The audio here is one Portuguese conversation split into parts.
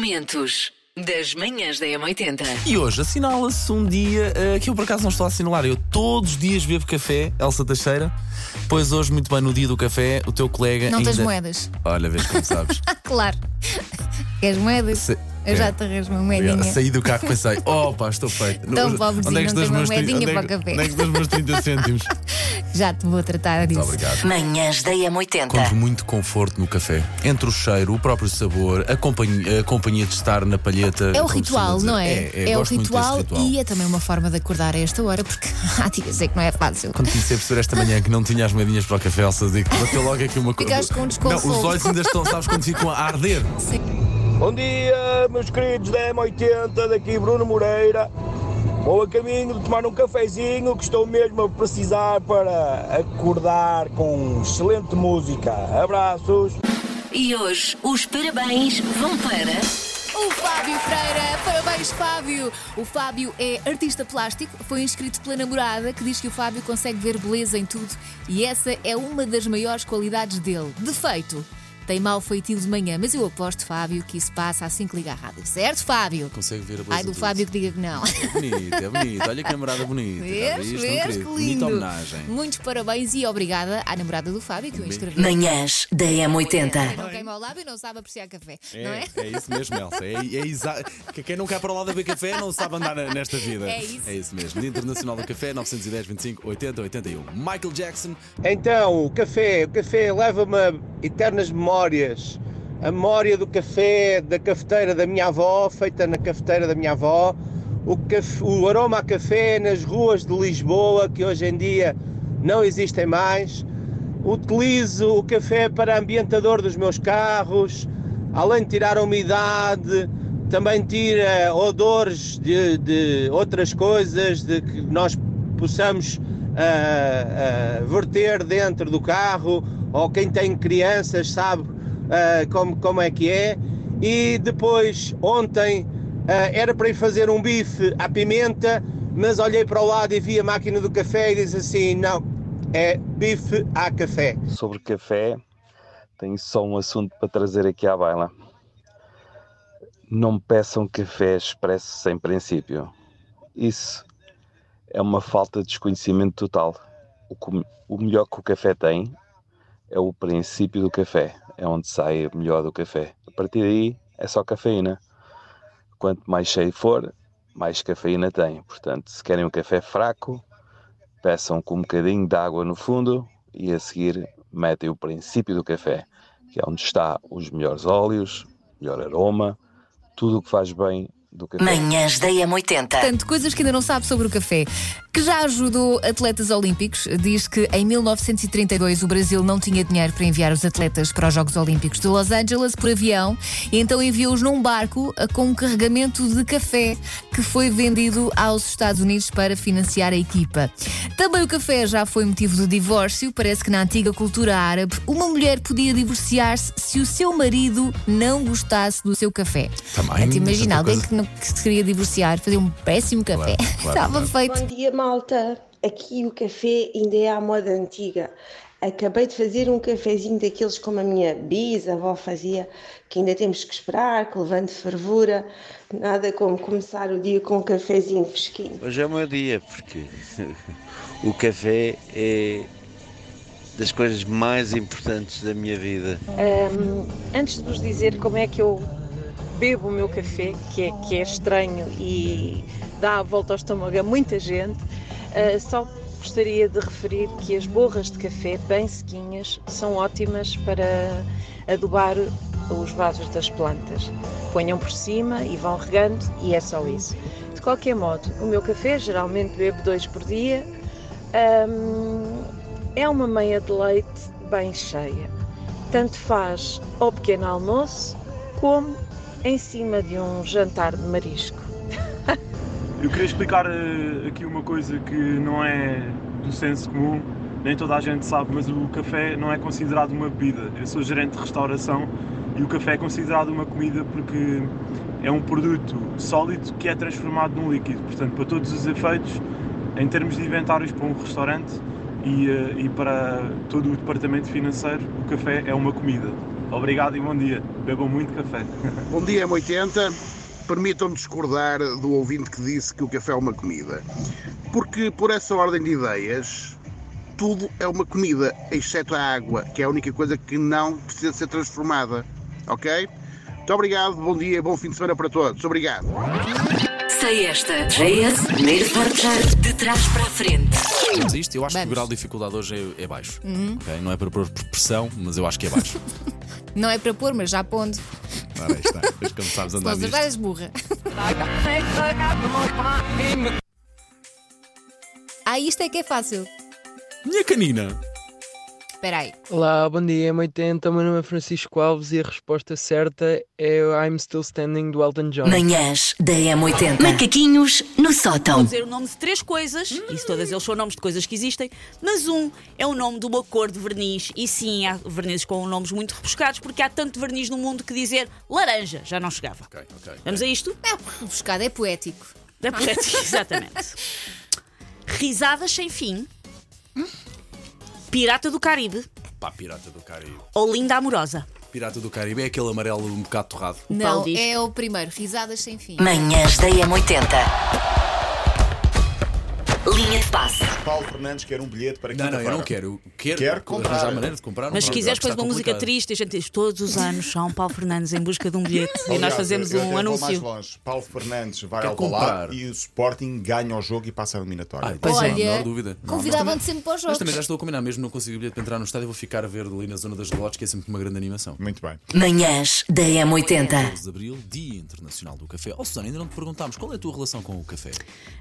Momentos das manhãs da M80. E hoje assinala-se um dia eh, que eu por acaso não estou a assinalar. Eu todos os dias bebo café, Elsa Teixeira. Pois hoje, muito bem, no dia do café, o teu colega. Não ainda... tens moedas. Olha, vês como sabes. Ah, claro. Queres moedas? Se- Eu é. já te arranjo uma moedinha. Obrigado. Saí do carro e pensei, opa, estou feito. Tão No- pobrezinho, onde é que estão não os tem uma meus tri- moedinha onde é que- para o café? Onde é que estão os meus 30 cêntimos? Muito Já te vou tratar disso. obrigado. Manhãs da Encontro M80. muito conforto no café. Entre o cheiro, o próprio sabor, a companhia, a companhia de estar na palheta. É o como se costuma ritual, dizer. não é? É, o gosto muito desse ritual, e é também uma forma de acordar a esta hora, porque há dias é que não é fácil. Quando comecei a perceber esta manhã que não tinha as moedinhas para o café, Elsa, digo, bateu logo aqui uma coisa. Ficaste com um desconsolo. Não, os olhos ainda estão, sabes, quando ficam a arder. Bom dia, meus queridos da M80, daqui Bruno Moreira. Vou a caminho de tomar um cafezinho que estou mesmo a precisar para acordar com excelente música. Abraços. E hoje os parabéns vão para. O Fábio Freira, parabéns Fábio! O Fábio é artista plástico, foi inscrito pela namorada que diz que o Fábio consegue ver beleza em tudo e essa é uma das maiores qualidades dele. Defeito! Tem mau feitio de manhã, mas eu aposto, Fábio, que isso passa assim que liga a rádio. Certo, Fábio? Consegue ver a beleza Ai, do disso. Fábio que diga que não. É bonito, é bonito. Olha que namorada bonita. tá já Vês, viste? vês, Incrível. que lindo. é um Bonita homenagem. Muitos parabéns e obrigada à namorada do Fábio que o inscreveu. Manhãs da M80. Não queima o lábio e não sabe apreciar café, não é? É, é isso mesmo, Elsa. É, é exa- que Quem não quer para lá beber café não sabe andar na- nesta vida. É isso. É isso mesmo. Dia Internacional do Café, 910, 25, 80, 81. Michael Jackson, Então, o café, o café leva-me a eternas memórias. A memória do café da cafeteira da minha avó, feita na cafeteira da minha avó. O, caf- o aroma a café nas ruas de Lisboa, que hoje em dia não existem mais. Utilizo o café para ambientador dos meus carros, além de tirar a umidade, também tira odores de, de outras coisas de que nós possamos ah, ah, verter dentro do carro, ou quem tem crianças sabe ah, como, como é que é. E depois, ontem, ah, era para ir fazer um bife à pimenta, mas olhei para o lado e vi a máquina do café e disse assim: não, é bife a café. sobre café, tenho só um assunto para trazer aqui à baila. Não peçam café expresso sem princípio. Isso é uma falta de desconhecimento total. O, que- o melhor que o café tem é o princípio do café. É onde sai o melhor do café. A partir daí é só cafeína. Quanto mais cheio for, mais cafeína tem. Portanto, se querem um café fraco, peçam com um bocadinho de água no fundo e a seguir metem o princípio do café, que é onde está os melhores óleos, melhor aroma, tudo o que faz bem do café. Manhãs da M80. Portanto, coisas que ainda não sabe sobre o café. Que já ajudou atletas olímpicos. Diz que em 1932 o Brasil não tinha dinheiro para enviar os atletas para os Jogos Olímpicos de Los Angeles por avião, e então enviou-os num barco ah, com um carregamento de café que foi vendido aos Estados Unidos para financiar a equipa. Também o café já foi motivo de divórcio. Parece que na antiga cultura árabe uma mulher podia divorciar-se se o seu marido não gostasse do seu café. Também, É-te imaginar esta alguém coisa- que, não, que se queria divorciar, fazer um péssimo café. Claro, claro, Estava claro. feito. Bom dia, malta. Aqui o café ainda é à moda antiga. Acabei de fazer um cafezinho daqueles como a minha bisavó fazia, que ainda temos que esperar, que levante fervura. Nada como começar o dia com um cafezinho fresquinho. Hoje é o meu dia, porque o café é das coisas mais importantes da minha vida. Ahm, antes de vos dizer como é que eu bebo o meu café, que é, que é estranho e dá a volta ao estômago a muita gente, ah, só gostaria de referir que as borras de café, bem sequinhas, são ótimas para adubar os vasos das plantas. Ponham por cima e vão regando, e é só isso. De qualquer modo, o meu café geralmente bebo dois por dia. Ahm, é uma meia de leite bem cheia tanto faz ao pequeno almoço como em cima de um jantar de marisco. Eu queria explicar eh, aqui uma coisa que não é do senso comum, nem toda a gente sabe, mas o café não é considerado uma bebida. Eu sou gerente de restauração e o café é considerado uma comida porque é um produto sólido que é transformado num líquido. Portanto, para todos os efeitos, em termos de inventários para um restaurante e, eh, e para todo o departamento financeiro, o café é uma comida. Obrigado e bom dia. Bebam muito café. Bom dia, M80. Permitam-me discordar do ouvinte que disse que o café é uma comida. Porque, por essa ordem de ideias, tudo é uma comida, exceto a água, que é a única coisa que não precisa ser transformada. Ok? Muito obrigado, bom dia, bom fim de semana para todos. Obrigado. Sei esta. JS, primeiro forjar de trás para a frente. Vamos a isto. Eu acho que Vamos. o grau de dificuldade hoje é, é baixo. Uhum. ok? Não é para pôr pressão, mas eu acho que é baixo. Não é para pôr, mas já pondo. Ora, aí está. Depois começámos a Se andar nós nisto. as burra. Ah, isto é que é fácil. Minha canina. Espera aí. Olá, bom dia, M80. O meu nome é Francisco Alves e a resposta certa é I'm Still Standing do Elton John. Manhãs da M80. Macaquinhos no Vou sótão. dizer o nome de três coisas, e todas eles são nomes de coisas que existem, mas um é o nome de uma cor de verniz, e sim, há vernizes com nomes muito rebuscados, porque há tanto verniz no mundo que dizer laranja já não chegava. Ok, ok. Vamos a isto? É, o pescado é poético. Da poética, exatamente. Risadas sem fim, Pirata do Caribe Pá, Pirata do Caribe. ou Linda Amorosa. Pirata do Caribe é aquele amarelo um bocado torrado. Não, Paulo diz. é o primeiro. Risadas sem fim. Manhãs da M80. Linha de passe. Paulo Fernandes quer um bilhete para Não, não, eu quinta-feira. não quero. Eu Quero, Quero comprar. Mas há maneira de comprar. Mas se quiseres, pões depois uma música triste, a gente diz todos os anos há um Paulo Fernandes em busca de um bilhete e nós Aliás, fazemos eu até um vou mais anúncio. longe. Paulo Fernandes vai Quero ao Valado comprar. e o Sporting ganha o jogo e passa a eliminatória. Ai, Pois pois é. é. Não, não há dúvida. Não, Convidavam-te sempre para os Mas jogos. também já estou a combinar, mesmo não consegui bilhete para entrar no estádio, vou ficar a ver ali na zona das lotes, que é sempre uma grande animação. Muito bem. Manhãs da M80. 12 de Abril, Dia Internacional do Café. Ó, Susana, ainda não te perguntámos qual é a tua relação com o café.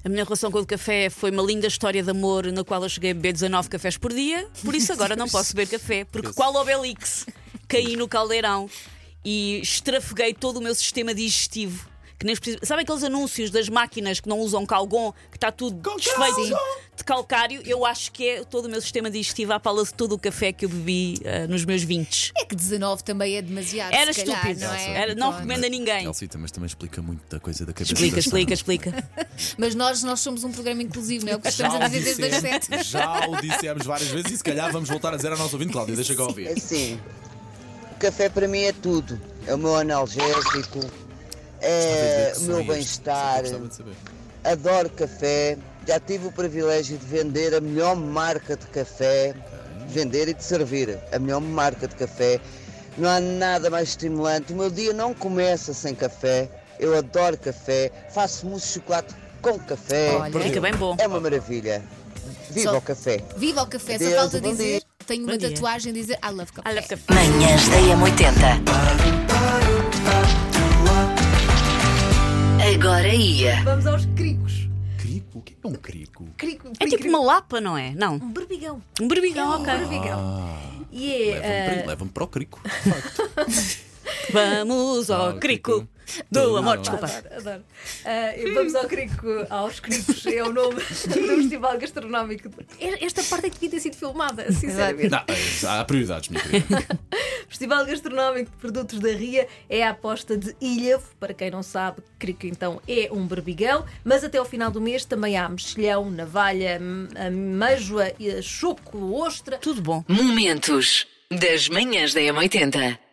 A minha relação com o café foi uma linda história de amor na qual eu cheguei a beber 19 cafés por dia, por isso agora não posso beber café, porque qual Obelix caí no caldeirão e estrafeguei todo o meu sistema digestivo. Que nem os precis- Sabem aqueles anúncios das máquinas que não usam calgon, que está tudo desfeito de calcário? Eu acho que é todo o meu sistema digestivo à pala de todo o café que eu bebi ah, nos meus 20. É que 19 também é demasiado. Era se calhar, estúpido. Não, é? Era- não Então, recomendo a ninguém. Elcita, mas também explica muito da coisa da cabeça. Explica, da Susana. explica, explica. Mas nós, nós somos um programa inclusivo, não é o que Já estamos a o, dizer desde as 7. dissemos, já o dissemos várias vezes e se calhar vamos voltar a dizer ao nosso ouvinte, Cláudio, deixa que eu ouvir. Sim, É assim, o café para mim é tudo. É o meu analgésico, Gostava de ver é o meu que sonhas. bem-estar. Gostava de saber. Adoro café. Já tive o privilégio de vender a melhor marca de café, de vender e de servir a melhor marca de café. Não há nada mais estimulante. O meu dia não começa sem café. Eu adoro café. Faço mousse de chocolate com café. Olha. Fica bem bom. É uma maravilha. Viva Só- o café. Viva o café, só Adeus, falta bom dizer. Tenho uma Bom dia. tatuagem a dizer I love café. I love café. Manhãs da M80. Agora ia. Vamos aos cricos. Crico? O que é um crico? É tipo uma lapa, não é? Não. Um berbigão. É Um berbigão, ok. E eh, Leva-me para, leva para o crico. Vamos Ah, ao o crico crico. do Do amor. amor. Desculpa. Adoro. Ah, e vamos ao crico, aos cricos, é o nome do Festival Gastronómico. Esta parte é que devia ter sido filmada, sinceramente. Não, é, há prioridades, minha querida. Festival Gastronómico de Produtos da Ria é a aposta de Ilhavo. Para quem não sabe, crico então é um berbigão, mas até ao final do mês também há mexilhão, navalha, m- a meijoa, e a choco, ostra. Tudo bom. Momentos das manhãs da M80.